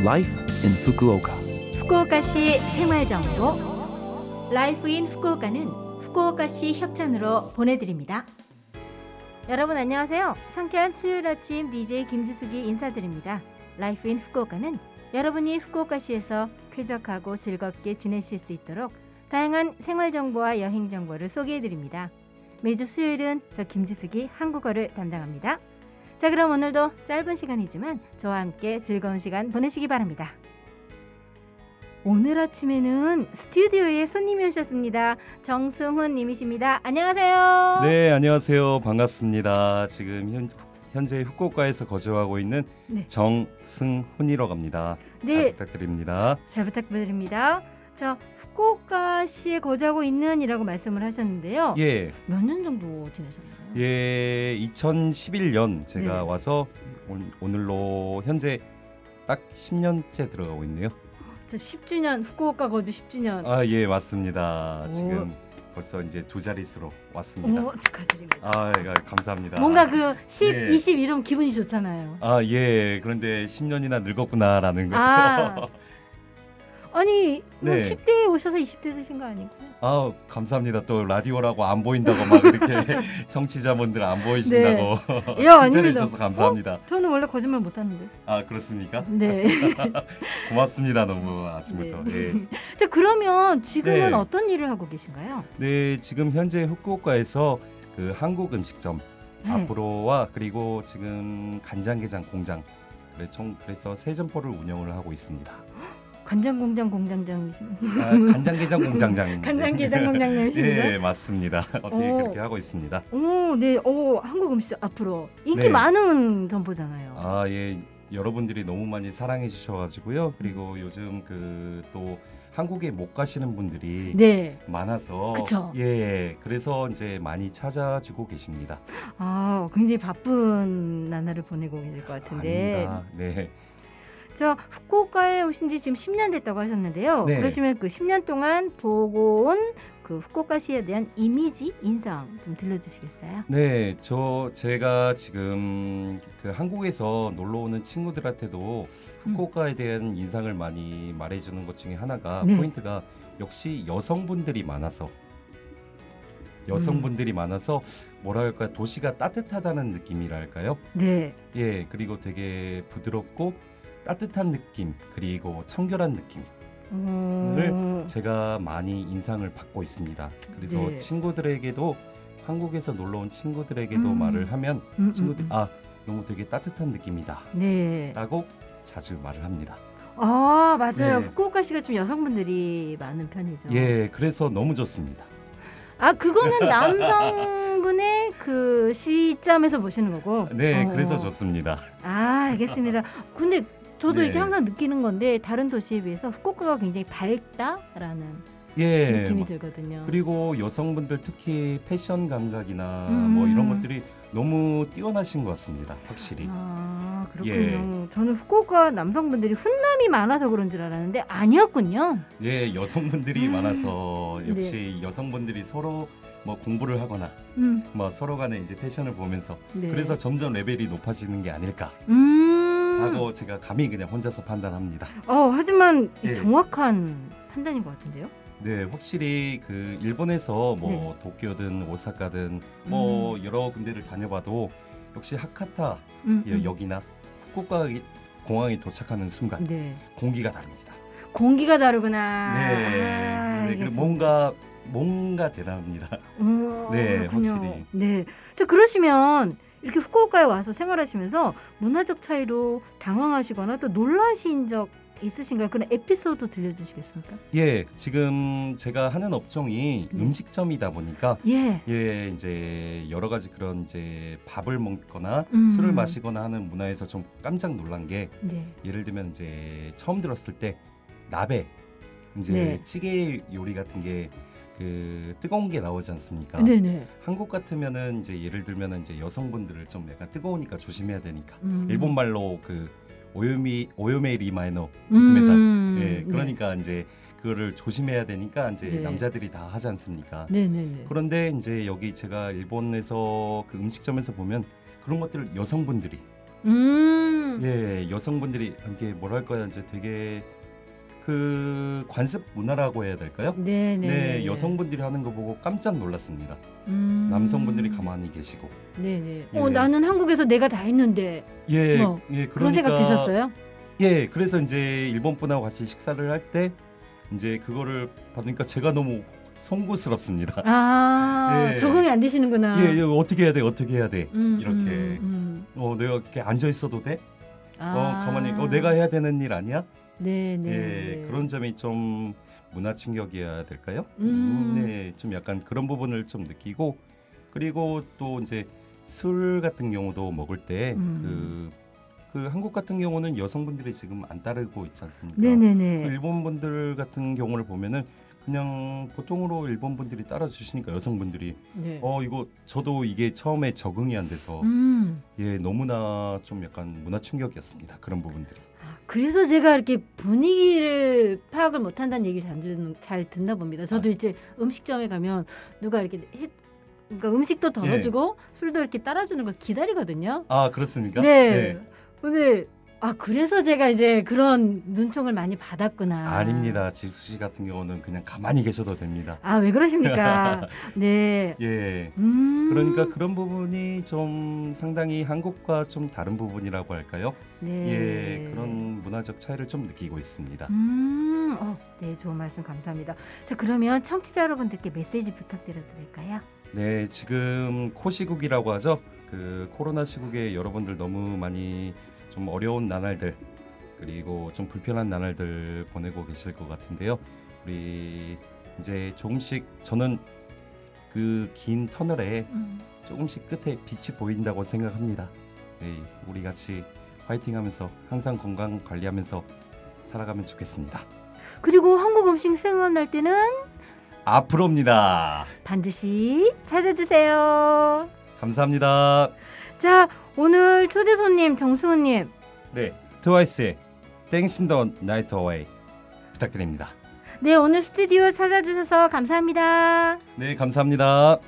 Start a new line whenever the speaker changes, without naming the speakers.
Life in Fukuoka.
후쿠오카시 생활정보 라이프인 후쿠오카는 후쿠오카시 협찬으로 보내드립니다. 여러분 안녕하세요. 상쾌한 수요일 아침 DJ 김지숙이 인사드립니다. 라이프인 후쿠오카는 여러분이 후쿠오카시에서 쾌적하고 즐겁게 지내실 수 있도록 다양한 생활 정보와 여행 정보를 소개해 드립니다. 매주 수요일은 저 김지숙이 한국어를 담당합니다. 자, 그럼 오늘도 짧은 시간이지만 저와 함께 즐거운 시간 보내시기 바랍니다. 오늘 아침에는 스튜디오에 손님이 오셨습니다. 정승훈 님이십니다. 안녕하세요.
네, 안녕하세요. 반갑습니다. 지금 현, 현재 후쿠오카에서 거주하고 있는
네.
정승훈이라고 합니다.
네.
잘 부탁드립니다.
잘 부탁드립니다. 자, 후쿠오카시에 거주하고 있는이라고 말씀을 하셨는데요.
예,
몇 년 정도 지내셨나요?
예, 2011년 제가
네.
와서 온- 오늘로 현재 딱 10년째 들어가고 있네요.
저 10주년 후쿠오카 거주 10주년.
아, 예, 맞습니다.
오.
지금 벌써 이제 두 자릿수로 왔습니다.
오, 축하드립니다.
예. 아, 예, 감사합니다.
뭔가 그 10,
네.
20 이러면 기분이 좋잖아요.
아, 예. 그런데 10년이나 늙었구나라는 거죠.
아.
아,
아니, 뭐
네.
10대에 오셔서 20대 되신 거 아니고?
감사합니다. 또 라디오라고 안 보인다고 막 이렇게 청취자분들 안 보이신다고
예, 아닙니다.
칭찬해 주셔서 감사합니다. 어?
저는 원래 거짓말 못 하는데.
아, 그렇습니까?
네.
고맙습니다. 너무 아침부터.
네.
예.
자, 그러면 지금은
네.
어떤 일을 하고 계신가요?
네, 지금 현재 후쿠오카에서 그 한국 음식점
네.
앞으로와 그리고 지금 간장게장 공장 그래, 총 그래서 세 점포를 운영을 하고 있습니다.
간장 공장 공장장이신
아, 간장게장 공장장.
간장 게장 공장장이신가요?
예, 맞습니다. 어떻게
오.
그렇게 하고 있습니다.
오, 네, 오, 한국 음식 앞으로 인기
네.
많은 점포잖아요.
아, 예. 여러분들이 너무 많이 사랑해 주셔 가지고요. 그리고 요즘 그 또 한국에 못 가시는 분들이
네,
많아서
그쵸.
예. 그래서 이제 많이 찾아주고 계십니다.
아, 굉장히 바쁜 나날을 보내고 계실 것 같은데,
아닙니다. 네.
저 후쿠오카에 오신 지 지금 10년 됐다고 하셨는데요.
네.
그러시면 그 10년 동안 보고 온 그 후쿠오카시에 대한 이미지 인상 좀 들려주시겠어요?
네, 저 제가 지금 그 한국에서 놀러 오는
음.
친구들한테도 후쿠오카에 대한 인상을 많이 말해주는 것 중에 하나가
네.
포인트가 역시 여성분들이 많아서
음.
여성분들이 많아서 뭐랄까 도시가 따뜻하다는 느낌이랄까요?
네,
예, 그리고 되게 부드럽고 따뜻한 느낌 그리고 청결한 느낌 네.
오, 음,
제가 많이 인상을 받고 있습니다. 그래서
네.
친구들에게도 한국에서 놀러 온 친구들에게도
음.
말을 하면
음, 음,
친구들
음.
아 너무 되게 따뜻한 느낌이다
네,
라고 자주 말을 합니다.
아 맞아요.
네.
후쿠오카시가 좀 여성분들이 많은 편이죠.
예, 그래서 너무 좋습니다.
아 그거는 남성분의 그 시점에서 보시는 거고.
네,
어.
그래서 좋습니다.
아 알겠습니다. 근데 저도
네.
이제 항상 느끼는 건데 다른 도시에 비해서 후쿠오카가 굉장히 밝다라는
예,
그 느낌이
뭐,
들거든요.
그리고 여성분들 특히 패션 감각이나
음.
뭐 이런 것들이 너무 뛰어나신 것 같습니다. 확실히.
아 그렇군요.
예.
저는 후쿠오카 남성분들이 훈남이 많아서 그런 줄 알았는데 아니었군요.
예, 여성분들이
음. 네.
많아서 역시 여성분들이 서로 뭐 공부를 하거나
음,
뭐 서로 간에 이제 패션을 보면서
네.
그래서 점점 레벨이 높아지는 게 아닐까
음,
하고 제가 감히 그냥 혼자서 판단합니다.
어 하지만 이
예.
정확한 판단인 것 같은데요.
네, 확실히 그 일본에서
네.
뭐 도쿄든 오사카든 뭐 여러 군데를 다녀봐도 역시 하카타
음,
예,
음.
역이나 후쿠오카 공항에 도착하는 순간
네.
공기가 다릅니다.
공기가 다르구나.
네,
아,
네, 그리고
알겠습니다.
뭔가 뭔가 대단합니다.
오,
네,
음, 그렇군요.
확실히.
네. 저 그러시면 이렇게 후쿠오카에 와서 생활하시면서 문화적 차이로 당황하시거나 또 놀라신 적 있으신가요? 그런 에피소드 들려주시겠습니까?
예, 지금 제가 하는 업종이
네.
음식점이다 보니까
예.
예, 이제 여러 가지 그런 이제 밥을 먹거나
음.
술을 마시거나 하는 문화에서 좀 깜짝 놀란 게
네.
예를 들면 이제 처음 들었을 때 나베 이제
네.
찌개 요리 같은 게 그 뜨거운 게 나오지 않습니까?
네네.
한국 같으면은 이제 예를 들면은 이제 여성분들을 좀 약간 뜨거우니까 조심해야 되니까
음.
일본 말로 그 오요미 오요메 리마이너 스메사
음.
예, 그러니까 이제 그거를 조심해야 되니까 이제
네.
남자들이 다 하지 않습니까?
네. 네네네.
그런데 이제 여기 제가 일본에서 그 음식점에서 보면 그런 것들을 여성분들이
음. 음.
예, 여성분들이 이게 뭐랄까요, 이제 되게 그 관습 문화라고 해야 될까요?
네,
네,
네, 네.
여성분들이 하는 거 보고 깜짝 놀랐습니다.
음.
남성분들이 가만히 계시고.
네, 네.
예.
어, 나는 한국에서 내가 다 했는데
예,
뭐,
예, 그러니까,
그런 생각 드셨어요?
예, 그래서 이제 일본 분하고 같이 식사를 할 때 이제 그거를 받으니까 제가 너무 송구스럽습니다.
아,
예.
적응이 안 되시는구나.
예, 예, 어떻게 해야 돼? 어떻게 해야 돼?
음,
이렇게.
음, 음.
어, 내가 이렇게 앉아 있어도 돼?
아.
어, 가만히. 어, 내가 해야 되는 일 아니야?
네, 네.
예,
네.
그런 점이 좀 문화 충격이어야 될까요?
음.
네, 좀 약간 그런 부분을 좀 느끼고 그리고 또 이제 술 같은 경우도 먹을 때
음.
그, 그 한국 같은 경우는 여성분들이 지금 안 따르고 있지 않습니까?
네, 네,
그
네.
일본 분들 같은 경우를 보면은 그냥 보통으로 일본 분들이 따라 주시니까 여성분들이
네.
어 이거 저도 이게 처음에 적응이 안 돼서
음.
예 너무나 좀 약간 문화 충격이었습니다 그런 부분들이
그래서 제가 이렇게 분위기를 파악을 못한다는 얘기를 잘, 듣는, 잘 듣나 봅니다. 저도
아.
이제 음식점에 가면 누가 이렇게 해, 그러니까 음식도
예.
덜어주고 술도 이렇게 따라주는 걸 기다리거든요.
아 그렇습니까?
네. 오늘 아 그래서 제가 이제 그런 눈총을 많이 받았구나.
아닙니다. 지숙 씨 같은 경우는 그냥 가만히 계셔도 됩니다.
아 왜 그러십니까? 네.
예.
음.
그러니까 그런 부분이 좀 상당히 한국과 좀 다른 부분이라고 할까요?
네.
예, 그런 문화적 차이를 좀 느끼고 있습니다.
음, 어, 네, 좋은 말씀 감사합니다. 자, 그러면 청취자 여러분들께 메시지 부탁드려 드릴까요?
네, 지금 코시국이라고 하죠. 그 코로나 시국에 여러분들 너무 많이 좀 어려운 나날들 그리고 좀 불편한 나날들 보내고 계실 것 같은데요. 우리 이제 조금씩 저는 그 긴 터널에
음.
조금씩 끝에 빛이 보인다고 생각합니다. 네, 우리 같이 화이팅하면서 항상 건강 관리하면서 살아가면 좋겠습니다.
그리고 한국 음식 생각날 때는
앞으로입니다.
반드시 찾아주세요.
감사합니다.
자, 오늘 초대 손님 정수우님
네, 트와이스의 땡신 더 나이트 어웨이 부탁드립니다.
네, 오늘 스튜디오 찾아주셔서 감사합니다.
네, 감사합니다.